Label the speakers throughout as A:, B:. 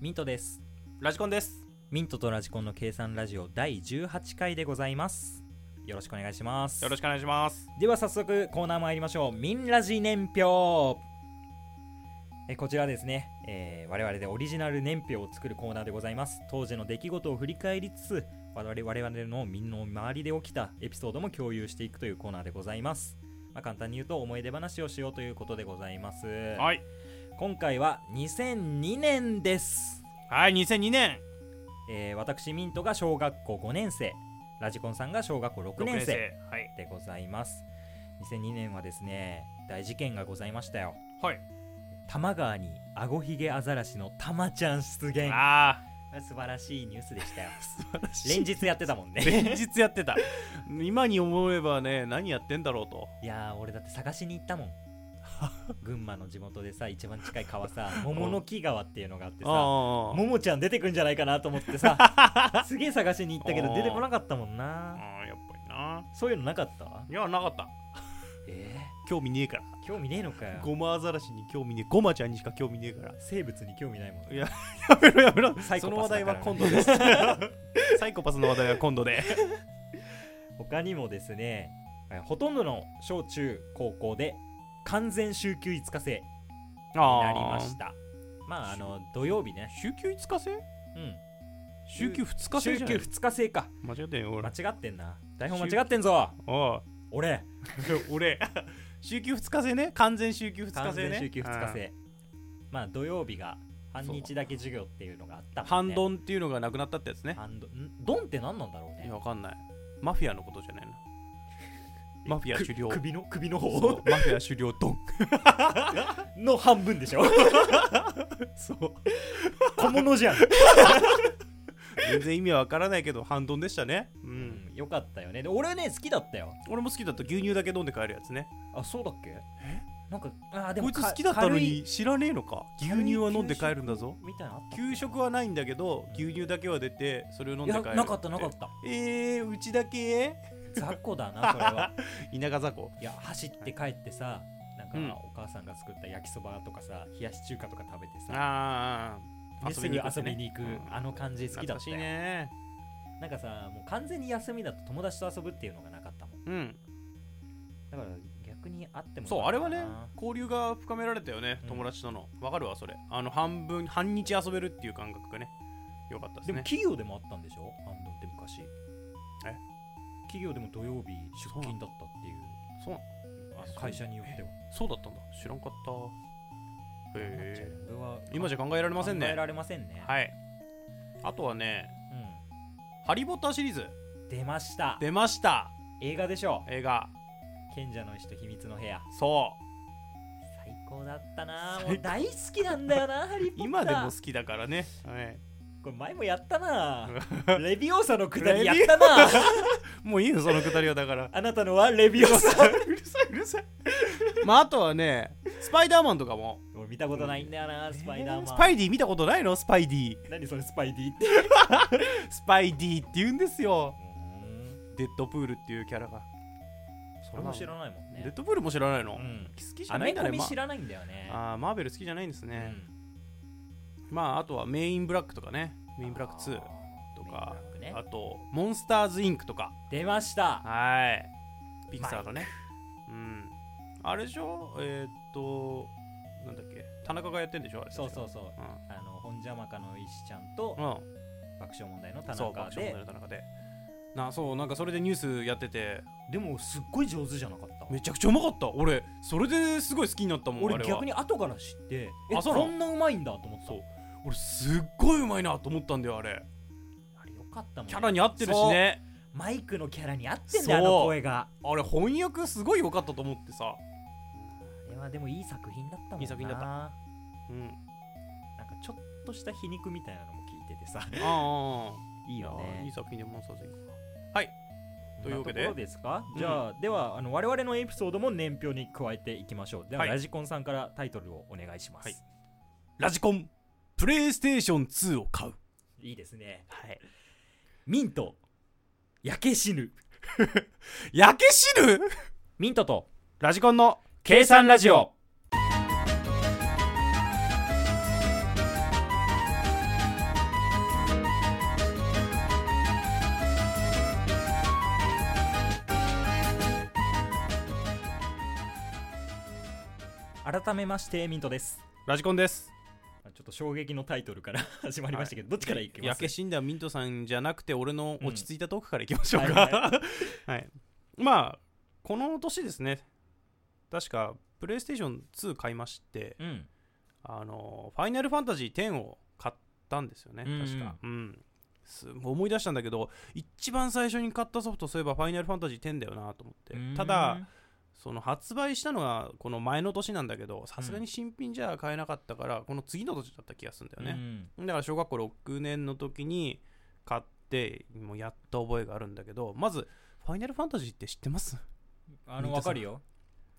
A: ミントです
B: ラジコンです
A: ミントとラジコンの計算ラジオ第18回でございますよろしくお願いします
B: よろしくお願いします
A: では早速コーナー参りましょうミンラジ年表えこちらですね、えー我々でオリジナル年表を作るコーナーでございます当時の出来事を振り返りつつ我々我々のみんの周りで起きたエピソードも共有していくというコーナーでございます、まあ、簡単に言うと思い出話をしようということでございます、
B: はい
A: 今回は2002年です、
B: はい2002年
A: えー私ミントが小学校5年生ラジコンさんが小学校6
B: 6
A: 年
B: 年生
A: 生でございます2002年はですね大事件がございましたよ
B: はい、
A: 多摩川にアゴヒゲアザラシのタマちゃん出現
B: あ
A: 素晴らしいニュースでしたよ
B: あ 素晴らし
A: 連日やってたもんね
B: 連日やっ てた 今に思えばね何やってんだろうと
A: いやー俺だって探しに行った もん群馬の地元でさ一番近い川 さ桃の木川っていうのがあってさ
B: あ
A: ももちゃん出てくんじゃないかなと思って さすげえ探しに行ったけど出てこなかったもんな
B: あやっぱりな
A: そういうのなかった
B: いやなかった
A: え
B: 興味ねえから
A: ー、興味ねえのかよ
B: ゴマアザラシに興味ねえゴマちゃんにしか興味ねえから
A: 生物に興味ないもん
B: いややめろやめ ろ
A: サイコ
B: その
A: パス
B: 話
A: だ
B: 題
A: から
B: は
A: ね
B: 今度です サイコパスの話題は今度で
A: 他にもですねえほとんどの小中高校で完全週休5日制になりましたまああの土曜日ね、
B: 週休5日制
A: うん、
B: 週休2日
A: 週
B: 制じゃ
A: 休
B: ない
A: 2日制か
B: 間違ってんよ
A: 間
B: 俺
A: 違ってんな台本間違ってんぞ
B: おい
A: 俺
B: 俺 週休2日制ね完全週休2
A: 完
B: 日制
A: 全
B: ね
A: 週休2日
B: うん
A: 制まあ土曜日が半日だけ授業っていうのがあったもん
B: 半
A: ね
B: ドンっていうのがなくなったってやつね
A: 半ドンんドンって何なんだろう
B: いや
A: ね
B: わかんないマフィアのことじゃないな マフィア
A: く
B: 狩猟
A: 首の首の
B: そ
A: 方
B: うマフィア狩猟ドン
A: の半分で しょ
B: そう
A: 小物じゃん、
B: 全然意味はわからないけど半ドンでしたねう
A: うんん、よかったよねで俺ね好きだったよ
B: 俺も好きだった牛乳だけ飲んで帰るやつね
A: あそうだっけなんかあーで
B: こ
A: も
B: いつ
A: か
B: 好きだったの
A: 軽い
B: に知らねえのか牛乳は飲んで帰るんだぞ
A: みたいなのあった
B: 給食はないんだけど牛乳だけは出てそれを飲ん
A: い
B: で
A: や
B: 帰る
A: なかったなかった
B: えー、うちだけ
A: 雑魚だなそれは
B: 田舎雑魚
A: いや走って帰ってさなん
B: うん
A: かお母さんが作った焼きそばとかさ冷やし中華とか食べてさ
B: ああ
A: ですぐ遊びに行くあの感じ好きだっ
B: 懐か
A: た
B: しい
A: よ、
B: ね
A: なんかさもう完全に休みだと友達と遊ぶっていうのがなかったもん
B: うん
A: だから逆にあっても
B: そうあれはね
A: よかっ
B: 交流が深められたよね
A: うん
B: 友達とのわかるわそれあの半分半日遊べるっていう感覚がねよかったで
A: た
B: す
A: でも
B: ね
A: 企業でもあったんでしょ半分って昔
B: え
A: 企業でも土曜日出勤だったっていう
B: そうな
A: あの
B: そう
A: 会社によっては
B: そうだったんだ知らんかったへえ
A: これは
B: 今じゃ考えられません
A: 考え
B: ね
A: られませんね、
B: はいあとはねハリー・ポッターシリーズ
A: うん、出ました
B: 出ました
A: 映画でしょ
B: 映画
A: 賢者の石と秘密の部屋
B: そう
A: 最高だったな
B: 最高
A: もう大好きなんだよ なハリー・ポッター
B: 今でも好きだからねはい
A: これ前もやった なレビオーサのくだりやったな
B: もういいのそのくだりはだから
A: あなたのはレビオー サ
B: うるさいうるさいまああとはねスパイダーマンとかも
A: 俺見たことないんだよなスパイダーマン、
B: えスパイディ見たことないのスパイディ
A: 何それスパイディって
B: スパイディって言うんですよデッドプールっていうキャラが
A: それも知らないもん
B: デッ
A: ね
B: ドプールも知らないの、
A: うん
B: 好きじゃ
A: ア
B: な
A: メ
B: いんだ
A: コ
B: ね、
A: ミ
B: ま
A: 知らないんだよね
B: ああーマーベル好きじゃないんです
A: う
B: ね、
A: ん
B: まああとはメインブラックとかねメインブラック2
A: あー
B: とか
A: メインブラックね
B: あとモンスターズインクとか
A: 出ました
B: はいピクサーのねうんあれでしょえー、っとなんだっけ田中がやってんでしょあれ
A: そうそううそう
B: う
A: あの本邪魔かの石ちゃんと
B: ん、うん、
A: 爆笑問題の田
B: そう
A: 中
B: 爆笑問
A: で
B: 題の田中でなそうなんかそれでニュースやってて
A: でもすっごい上手じゃなかった
B: めちゃくちゃうまかった俺それですごい好きになったもんあ
A: 俺
B: れは
A: 逆に後から知ってえ
B: あそうなの
A: こんなうまいんだと思った
B: そう俺すっごいうまいなと思ったんだよあれ
A: あれよかったもんね
B: キャラに合ってるしね
A: マイクのキャラに合ってんだよあ
B: そう
A: の声が
B: あれ翻訳すごい良かったと思ってさ、
A: あれはでもいい作品だったもんない
B: い作品だった
A: なんか
B: うん、
A: ちょっとした皮肉みたいなのも聞いててさ
B: あ
A: い
B: い
A: いよね
B: いい作品でモンスターズインクかと
A: と
B: い
A: いうう
B: わ
A: わ
B: け
A: け
B: で
A: でですか、じゃあではあの我々のエピソードも年表に加えていきましょうでは、
B: はい
A: ラジコンさんからタイトルをお願いします、
B: はいラジコンプレイステーション2を買う
A: い、いですね
B: はい
A: ミント焼け死ぬ
B: 焼け汁
A: ミントと
B: ラジコンの
A: 計算ラジオ改めましてミントです
B: ラジコンです
A: まあちょっと衝撃のタイトルから 始まりましたけど、どっちからいきま
B: 焼
A: す
B: け死んだミントさんじゃなくて俺の落ち着いたトークからいきましょう
A: うん
B: か、
A: はい
B: はいまあこの年ですね確かプレイステーション2買いまして
A: うん
B: あのファイナルファンタジー10を買ったんですよね
A: うん
B: 確かうん、す思い出したんだけど一番最初に買ったソフトそういえばファイナルファンタジー10だよなと思ってただ、その発売したのがこの前の年なんだけどさすがに新品じゃ買えなかったから、この次の年だった気がするんだ
A: う
B: よ
A: ん
B: ね、だから小学校6年の時に買ってもうやった覚えがあるんだけどまず「ファイナルファンタジー」って知ってます
A: あのわかるよ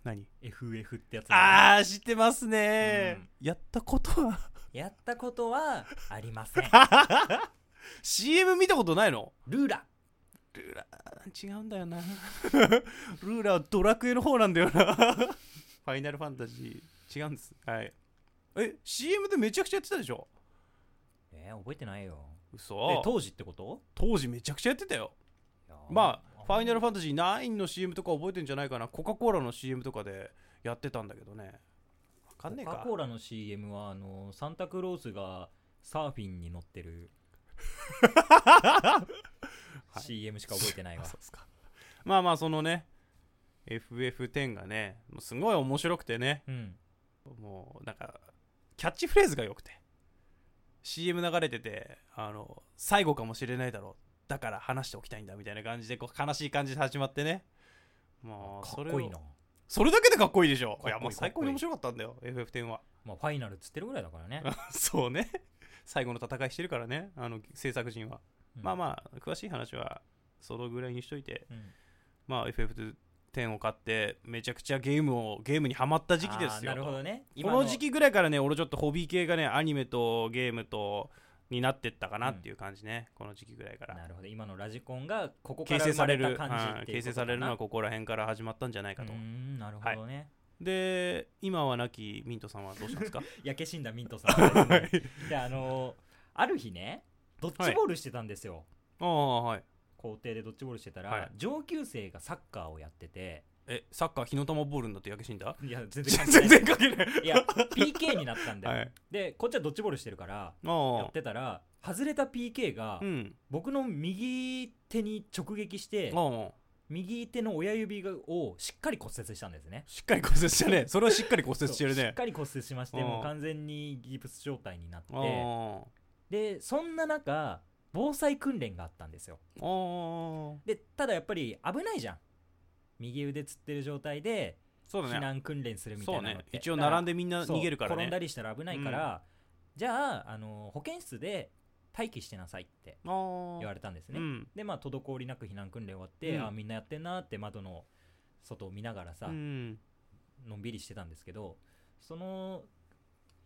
B: 何
A: FF ってやつだよね
B: あー知ってますね、やったことは
A: やったことはありません
B: CM 見たことないの
A: ルーラ
B: ルーラー違うんだよな ルーラーはドラクエの方なんだよなファイナルファンタジー違うんですはいえ CM でめちゃくちゃやってたでしょ
A: えー覚えてないよえ
B: 嘘
A: 当時ってこと
B: 当時めちゃくちゃやってたよ
A: いやー
B: まあ、ファイナルファンタジー9の CM とか覚えてんじゃないかな、コカ・コーラの CM とかでやってたんだけどね。わかんねえ
A: コカ・
B: か
A: コ。ーラの CM はあのサンタクロースがサーフィンに乗って る
B: い
A: CM しか覚えてないわ
B: あそうっすかまあまあ、そのね、FF10 がね、もうすごい面白くてね、
A: うん
B: もうなんか、キャッチフレーズが良くて、CM 流れてて、あの、最後かもしれないだろう、だから話しておきたいんだみたいな感じで、こう悲しい感じで始まってね。もう
A: か
B: そ
A: っ
B: れを
A: こいいな
B: それだけでかっこいいでしょ。
A: こいい
B: いや、もう最高に面白かったんだよ、FF10 は。
A: まあファイナルっつってるぐらいだからね、
B: そうね。最後の戦いしてるからね、あの制作陣は。 まあ
A: あ、
B: まあ、詳しい話はそのぐらいにしといて、
A: うん
B: まあ、FF10 を買って、めちゃくちゃゲームを、ゲームにハマった時期で
A: あー
B: すよ。
A: なるほどね
B: こ
A: 今
B: の時期ぐらいからね、俺ちょっとホビー系がね、アニメとゲームと、になってったかなっていう感じね、この時期ぐらいから。
A: なるほど今のラジコンがここから
B: 形成
A: 生
B: さ
A: ま
B: れ
A: れ
B: る
A: た感
B: う
A: じ
B: ん
A: っていうこと
B: 形成されるのは
A: こ
B: ここら辺から始まったんじゃないかと。
A: なるほどね、
B: で、今は亡きミントさんはどうした んですか
A: 焼け死んだミントさんですねであのある日ねドッジボールしてたんですよ、
B: ああ、はい。
A: 校庭でドッジボールしてたら、
B: はい
A: 上級生がサッカーをやってて
B: え、サッカー、火の玉ボールになって焼け死んだ
A: いや全然関係
B: 全
A: ない
B: 然かけない。
A: い や PK になったんだよ、
B: はい。
A: でこっちはドッジボールしてるからや
B: あ
A: ってたら外れた PK が
B: あ。うん。
A: 僕の右手に直撃して
B: ああ。
A: 右手の親指がをしっかり骨折したんですね
B: しっかり骨折したね。それはしっかり骨折してる
A: そうし
B: ね
A: っ。かり骨折しまして
B: うん
A: もう完全にギプス状態になっ
B: ああ
A: てでそんな中防災訓練があったんですよ
B: ああ。
A: でただやっぱり危ないじゃん右腕つってる状態で
B: そう
A: 避
B: だね。
A: 難訓練するみたい
B: そう
A: なの
B: ね
A: っ。て
B: 一応並んでみんな
A: そう
B: 逃げるから
A: 転んだ
B: ね。
A: りしたら危ないから、じゃああの保健室で待機してなさいって
B: ああ。
A: 言われたんですね、
B: うん。
A: でまあ滞りなく避難訓練終わって、
B: うん
A: あみんなやってんなって窓の外を見ながらさ、
B: うん。
A: のんびりしてたんですけどその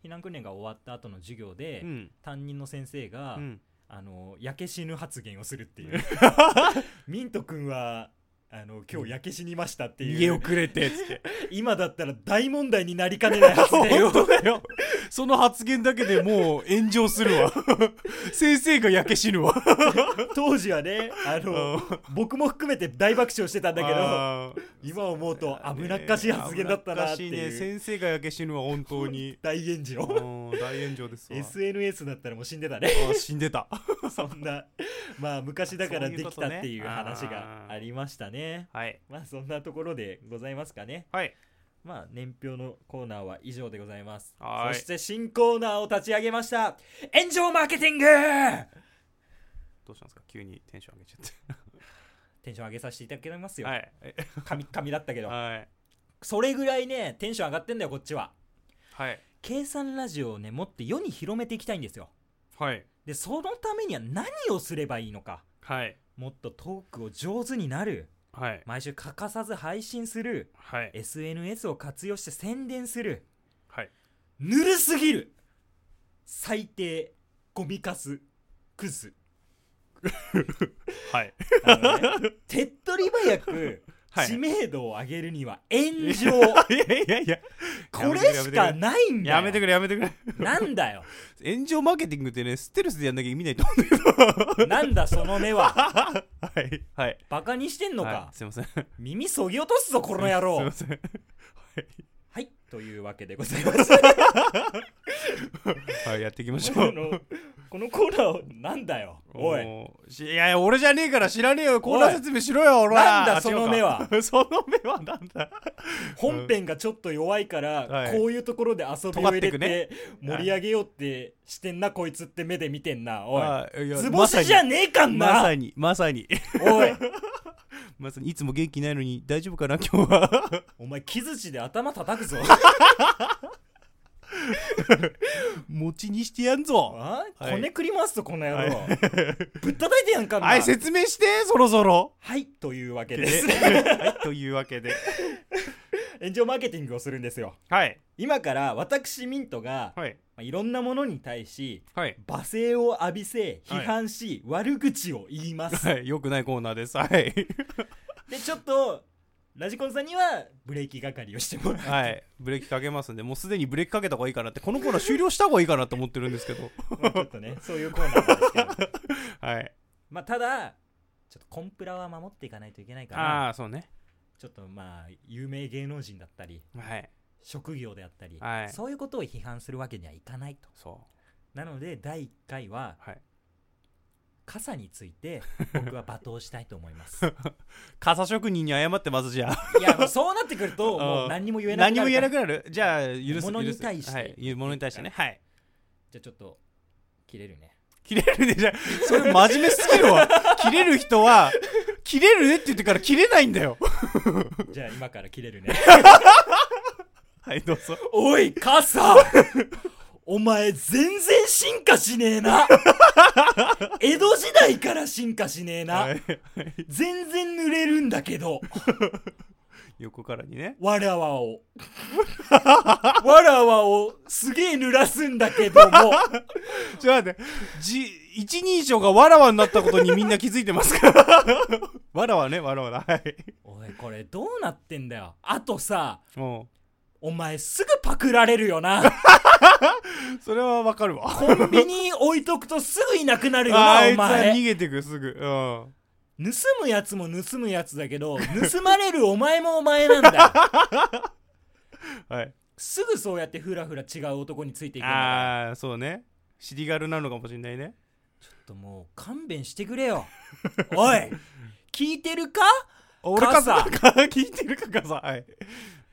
A: 避難訓練が終わった後の授業で、
B: うん。
A: 担任の先生が、
B: うん
A: あの焼け死ぬ発言をするっていう ミント君はあの今日焼け死にましたって
B: 逃げ
A: いう
B: 遅れてっつ って。
A: 今だったら大問題になりかねない発言を
B: 本当だよ。 その発言だけでもう炎上する わ。先生が焼け死ぬわ。
A: 当時はねあの僕も含めて大爆笑してたんだけど
B: ど。
A: 今思うと危なっかしい発言だったなって
B: 危なっかしいね。
A: いう。
B: 先生が焼け死ぬわ、本当に
A: 大炎上
B: うん大炎上 ですわ。
A: SNS だったらもう死んでたね
B: あー死んでた。
A: そんな まあ昔だから
B: そうい
A: で
B: うこ
A: き
B: と
A: た
B: ね
A: っていう話がありましたね
B: はい。
A: まあそんなところでございますかね
B: はい。
A: まあ年表のコーナーは以上でございます
B: はーい
A: そして新コーナーを立ち上げました炎上マーケティング
B: どうしたんですか急にテンション上げちゃっ
A: テンション上げさせていただきます
B: て。
A: よ、
B: はい。
A: 神神だったけど
B: はい。
A: それぐらいねテンション上がってんだよこっちは
B: はい。
A: 計算ラジオをねもっと世に広めていきたいんですよ
B: はい。
A: でそのためには何をすればいいのか
B: はい。
A: もっとトークを上手になる
B: はい。
A: 毎週欠かさず配信する
B: はい。
A: SNS を活用して宣伝する
B: はい。
A: ぬるすぎる最低ゴミカスクズ
B: はい。
A: あのね手っ取り早く
B: はい
A: 知名度を上げるには炎上
B: い やいやいや。
A: これしかないんだよ
B: やめてくれ、やめてくれ。
A: なんだよ
B: 炎上マーケティングってね、ステルスでやんなきゃ意味ないと思うんだけど。
A: なんだその目は
B: はい。はい。
A: バカにしてんのか、
B: はいすいません。
A: 耳そぎ落とすぞこの野
B: すい
A: 郎
B: ません。はい。
A: はいというわけでございまして
B: はい、やっていきましょ
A: あ
B: う。
A: のこのコーナーをなんだよおい
B: もうしいやいや、俺じゃねえから知らねえよ。コーナー説明しろよ、俺
A: なんだその目は。
B: 違うか その目はなんだ
A: 本編がちょっと弱いから、
B: はい
A: こういうところで遊びを入れて
B: 尖って
A: 盛り上げようってしてんな、こいつって目で見てんなおい
B: はいいや
A: 図星じゃねえかん
B: ま
A: な、
B: さに、まさに、ま さに、
A: おい
B: まさに、いつも元気ないのに大丈夫かな、今日は。
A: お前木槌で頭叩くぞ
B: 餅にしてやんぞ。
A: あ
B: はい
A: こねくり回すとこの野郎、
B: はい
A: ぶったたいてやんかんな
B: はい、説明して、そろそろ。
A: はいというわけ
B: で
A: です
B: はい、というわけで。
A: 炎上マーケティングをするんですよ
B: はい、
A: 今から私ミントが、ま
B: はい、
A: あ、いろんなものに対し
B: はい。
A: 罵声を浴びせ
B: はい
A: 批判し、悪口を言います、
B: はい、よくないコーナーです。はい。
A: でちょっとラジコンさんにはブレーキ係をしてもらう
B: はい、ブレーキかけますんで、もうすでにブレーキかけた方がいいかなって、このコーナー終了した方がいいかなと思ってるんですけど。
A: まあちょっとねそういうコーナーなんですけど
B: はい。
A: まあただちょっとコンプラは守っていかないといけないから
B: ああ、そうね。
A: ちょっとまあ有名芸能人だったり
B: はい。
A: 職業であったり、
B: はい
A: そういうことを批判するわけにはいかないと
B: そう。
A: なので第1回は
B: はい。
A: 傘につい て僕は罵倒したいと思います
B: 傘職人に謝ってます、じゃあ。
A: いやもうそうなってくると もう何にも言えなくなる
B: 何も言えな
A: く
B: くなるじゃあ、許す。
A: 物に
B: 許す
A: 対して
B: はい。物に対してね。はい。
A: じゃあちょっと切れるね
B: 切れるね、じゃあ。それ真面目すぎるわ。切れる人は、切れるねって言ってから切れないんだよ。
A: じゃあ今から切れるね
B: はい、どうぞ。
A: おい、傘お前、全然進化しねえ な江戸時代から進化しねえな、
B: はい。
A: 全然濡れるんだけど、
B: 横からにね。
A: わらわ を。わらわをすげえ濡らすんだけども、
B: ちょっと待って、じ、一人称がわらわになったことにみんな気づいてますから。 わらわね、わらわだ。はい。
A: おい、これどうなってんだよ。あとさ、
B: も
A: お前すぐパクられるよな。
B: う、それはわかる わ。
A: コンビニ置いとくとすぐいなくなるよな、
B: あ
A: お
B: いつは逃
A: 前。
B: げてく、すぐ。うん。
A: 盗むやつも盗むやつだけど、盗まれるお前もお前なんだよ。
B: はい。
A: すぐそうやってふらふら違う男についていくんだから
B: ああ、そうね。尻軽なのかもしれないね。
A: ちょっともう勘弁してくれ よおい聞いてるか、
B: 俺かさ、
A: 傘
B: 聞いてるかかさ。はい。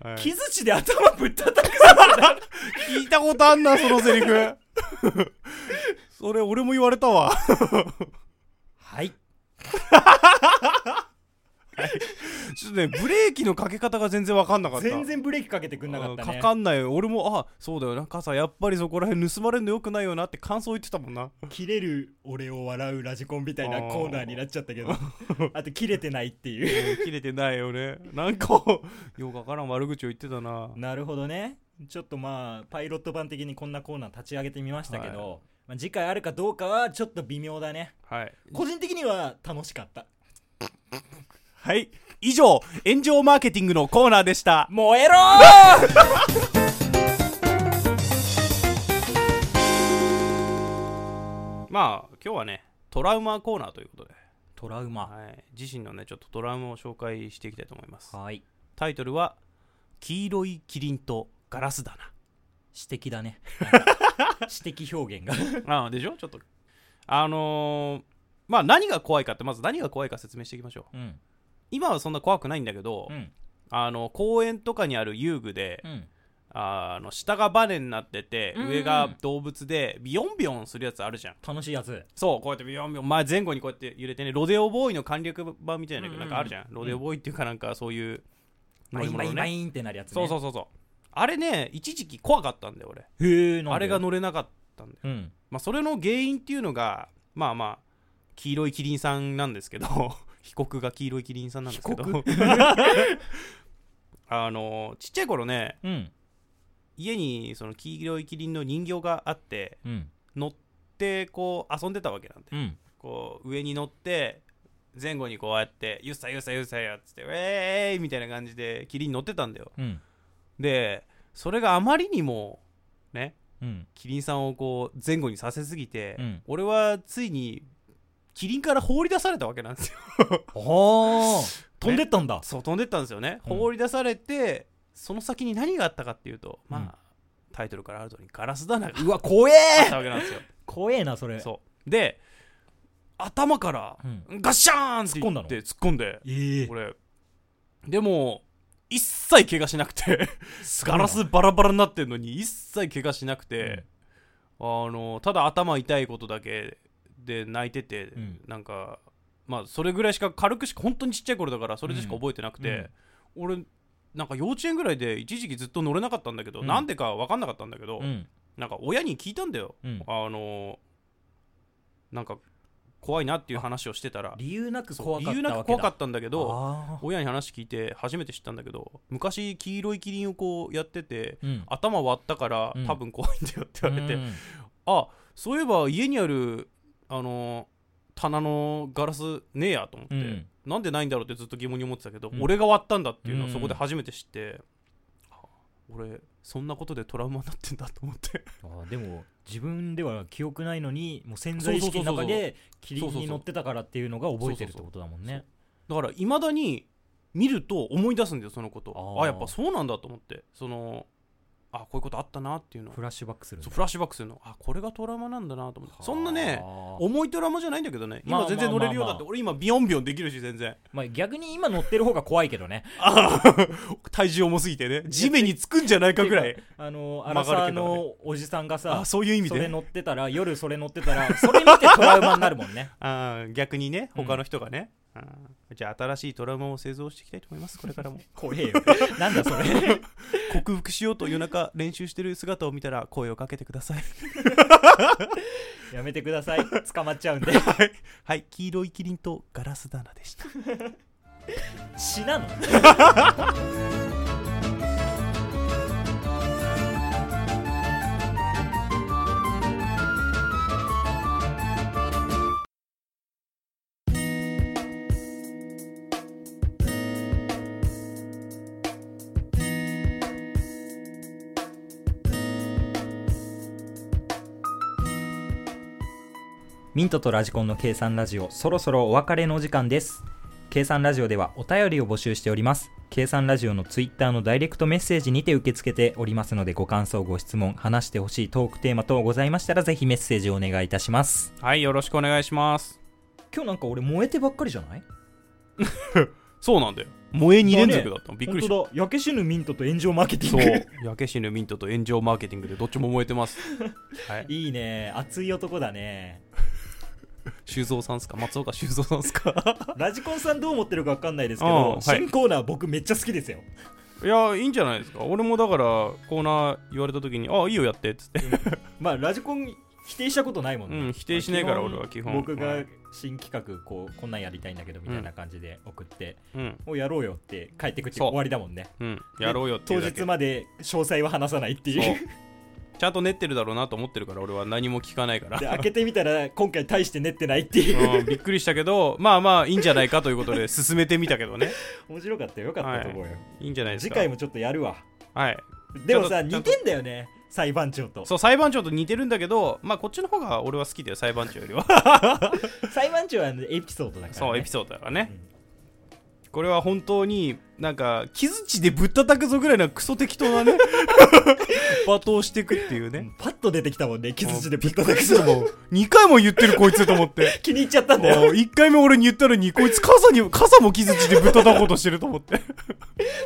B: はい
A: 木槌で頭ぶったたくぞ
B: 聞いたことあんな、そのセリフ。それ、俺も言われたわ。
A: はい
B: ちょっとね、ブレーキのかけ方が全然わかんなかった。
A: 全然ブレーキかけてくんなかった
B: う
A: ね
B: んかかんないよ俺もあそうだよな傘やっぱりそこら辺盗まれるのよくないよなって感想言ってたもんな
A: 切れる俺を笑うラジコンみたいなコーナーになっちゃったけどあと切れてないっていう
B: 切れてないよねなんか ようわからん悪口を言ってたな
A: なるほどねちょっとまあパイロット版的にこんなコーナー立ち上げてみましたけど、
B: は
A: まあ、次回あるかどうかはちょっと微妙だね
B: はい
A: 個人的には楽しかった
B: はい以上炎上マーケティングのコーナーでした
A: 燃えろー
B: まあ今日はねトラウマコーナーということで、
A: トラウマ
B: はい、自身のねちょっとトラウマを紹介していきたいと思います
A: はい
B: タイトルは「黄色いキリンとガラス棚
A: 指摘だ ね指摘表現が」
B: あでしょちょっとあのーまあ何が怖いかってまず何が怖いか説明していきましょう
A: うん
B: 今はそんな怖くないんだけど、
A: うん
B: あの公園とかにある遊具で、
A: うん
B: あの下がバネになってて、
A: うん
B: 上が動物でビヨンビヨンするやつあるじゃん
A: 楽しいやつ
B: そうこうやってビヨンビヨン前前後にこうやって揺れてねロデオボーイの簡略版みたいなの
A: うん
B: なんかあるじゃん、ロデオボーイっていうかなんかそういう乗り物
A: バイン
B: ね
A: バインってなるやつね
B: そうそうそうそうあれね一時期怖かったんだよ俺
A: うへえ
B: あれが
A: の
B: 乗れなかったんだよ、
A: うん
B: まあ、それの原因っていうのがまあまあ黄色いキリンさんなんですけど 被告が黄色いキリンさんなんですけど あのちっちゃい頃ね
A: うん
B: 家にその黄色いキリンの人形があって
A: うん
B: 乗ってこう遊んでたわけなんで
A: うん
B: こう上に乗って前後にこうやって「ゆっさゆっさゆっさや」っつって「ウェーイ!」みたいな感じでキリン乗ってたんだよ
A: うん
B: でそれがあまりにもね
A: うん
B: キリンさんをこう前後にさせすぎて、
A: うん
B: 俺はついにキリンから放り出されたわ けなんですよ
A: おー飛んでったんだ
B: そう飛んでったんですよね、
A: うん
B: 放り出されてその先に何があったかっていうと、まあ
A: うん
B: タイトルからある通りガラス棚が
A: うわ怖え
B: あったわけなんですよ
A: 怖 えなそれ
B: そうで頭から
A: うん
B: ガッシャーンって
A: 突っ込んだ
B: 言
A: の
B: って突っ込んで
A: ええ
B: これでも一切怪我しなくてガラスバラバラになってるのに一切怪我しなくて、あのただ頭痛いことだけで泣いてて、
A: ん
B: なんかまあそれぐらいしか軽くしか本当にちっちゃい頃だからそれでしか覚えてなくて、俺なんか幼稚園ぐらいで一時期ずっと乗れなかったんだけど、
A: うん
B: なんでか分かんなかったんだけど、
A: うん
B: なんか親に聞いたんだよ、
A: うん
B: あのなんか怖いなっていう話をしてたら
A: 理由なく
B: そう
A: 怖
B: 理
A: かったわけ
B: 由
A: だ
B: なく怖かったんだけ
A: た
B: ど親に話聞いて初めて知ったんだけど昔黄色いキリンをこうやってて
A: うん
B: 頭割ったから
A: うん
B: 多分怖いんだよって言われて、
A: うん
B: あそういえば家にあるあの棚のガラスねえやと思って、
A: うん
B: なんでないんだろうってずっと疑問に思ってたけど、
A: うん
B: 俺が割ったんだっていうのを
A: うん
B: そこで初めて知って、あ俺そんなことでトラウマになってんだと思って
A: あーでも自分では記憶ないのにもう潜在意識の中でキリンに乗ってたからっていうのが覚えてるってことだもんね
B: だからいまだに見ると思い出すんだよそのこと
A: あ
B: あ
A: ー
B: やっぱそうなんだと思ってそのあこういうことあったなっていうのを
A: フラッシュバックするん
B: そ
A: だ
B: うフラッシュバックするのあこれがトラウマなんだなと思ってそんな
A: は
B: ね
A: ー
B: 重いトラウマじゃないんだけどね
A: まあ
B: 今全然乗れるようだ
A: まあま
B: っ
A: あ
B: て
A: ま
B: 俺今ビヨンビヨンできるし全然
A: まあ逆に今乗ってる方が怖いけどね
B: 体重重すぎてね地面につくんじゃないかぐらい
A: あの
B: 曲
A: 荒
B: がる
A: 沢
B: けどね
A: のおじさんがさ
B: あそういう意味
A: それ
B: で
A: 乗ってたら夜それ乗ってたらそれ見てトラウマになるもんね
B: あー逆にね
A: うん
B: 他の人がね、あーじゃあ新しいトラウマを製造していきたいと思いますこれからも
A: 怖えよ なんだそれ
B: 克服しようと夜中練習してる姿を見たら声をかけてください
A: やめてください捕まっちゃうんで
B: はい黄色いキリンとガラス棚でした
A: 死なのミントとラジコンの計算ラジオそろそろお別れのお時間です計算ラジオではお便りを募集しております計算ラジオのツイッターのダイレクトメッセージにて受け付けておりますのでご感想ご質問話してほしいトークテーマ等ございましたらぜひメッセージをお願いいたします
B: はいよろしくお願いします
A: 今日なんか俺燃えてばっかりじゃない
B: そうなんだよ萌え2連続だったの、びっ
A: 本
B: くりした
A: 当だ焼け死ぬミントと炎上マーケティ
B: そ
A: ン
B: う
A: グ
B: 焼け死ぬミントと炎上マーケティングでどっちも燃えて ます、はい、
A: いいね熱い男だ ね
B: 修造さんですか松岡修造さんですか
A: ラジコンさんどう思ってるか分かんないですけ
B: ああ
A: ど、
B: はい
A: 新コーナー僕めっちゃ好きですよ
B: いやいいんじゃないですか俺もだからコーナー言われた時にあいいよやってっつって
A: まあラジコン否定したことないもんね、
B: うん否定しないから俺は基本
A: 僕
B: う
A: が
B: ん
A: 新企画こうこんなんやりたいんだけどみたいな感じで送って、
B: うん
A: もうやろうよって帰ってくって
B: そう
A: 終わりだもんね
B: うんやろうよって
A: 当
B: いうだけ
A: 日まで詳細は話さないっていう
B: そうちゃんと練ってるだろうなと思ってるから俺は何も聞かないか
A: で
B: ら
A: 開けてみたら今回大して練ってないっていう
B: うん、びっくりしたけどまあまあいいんじゃないかということで進めてみたけどね
A: 面白かったよよかったと思うよ、
B: いいんじゃないです
A: 次
B: か
A: 回もちょっとやるわ
B: はい
A: でもさ
B: ちょ
A: 似
B: っと
A: てんだよね裁判長と
B: そう裁判長と似てるんだけどまあこっちの方が俺は好きだよ裁判長よりは
A: 裁判長はあのエピソードだから、ね、
B: そうエピソードだからね、
A: うん
B: これは本当になんか傷地でぶったたくぞぐらいのクソ適当な ね罵倒していくっていうね
A: パッと出てきたもんね傷口でぶっ叩
B: びっく
A: く
B: りしたもう2回も言ってるこいつと思 って
A: 気に入っちゃったんだよ
B: 1回目俺に言ったのにこいつ傘に傘も傷地でぶったたこうとしてると思って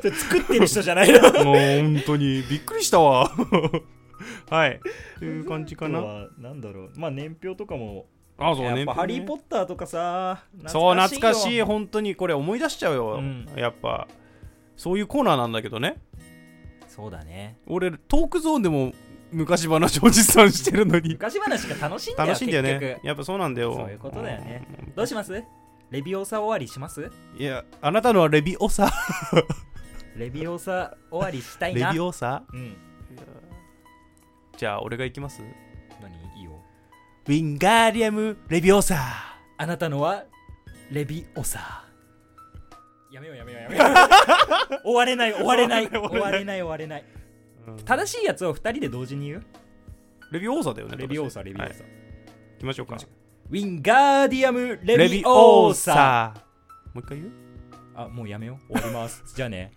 A: それ作ってる人じゃないの
B: もう本当にびっくりしたわ はいという感じか
A: あと
B: な
A: はなんだろうまあ年表とかも
B: あそう
A: や
B: ね
A: っぱハリー・ポッターとかさ
B: そう懐かしい
A: よ
B: 本当にこれ思い出しちゃうよ、
A: うん
B: やっぱそういうコーナーなんだけどね
A: そうだね
B: 俺トークゾーンでも昔話おじさんしてるのに
A: 昔話が楽しいんだよ
B: 楽しいんだよね
A: 結
B: やっぱそうなんだよ
A: そういうことだよね局どうしますレビオーサ終わりします
B: うんいやあなたのはレビオサ
A: レビオーサ終わりした
B: レ
A: いな
B: ビオサ
A: うん
B: じゃあ俺が行きます
A: 何いいよ
B: ウィンガーリアムレビオサ
A: あなたのはレビオーサやめようやめようやめよう 終われない終われない終
B: 終
A: わ
B: わ
A: れ
B: れ
A: ない終われない
B: た
A: 正しいやつを2人で同時に言う
B: レビオーサだよね
A: レビオー
B: サ
A: サレビオーサ
B: 行きましょうか
A: ウィンガーディアムレビオーサ
B: もう一回言う
A: あもうやめよう終わりますじゃあね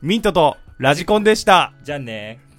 C: ミントとラジコンでした
B: じゃあね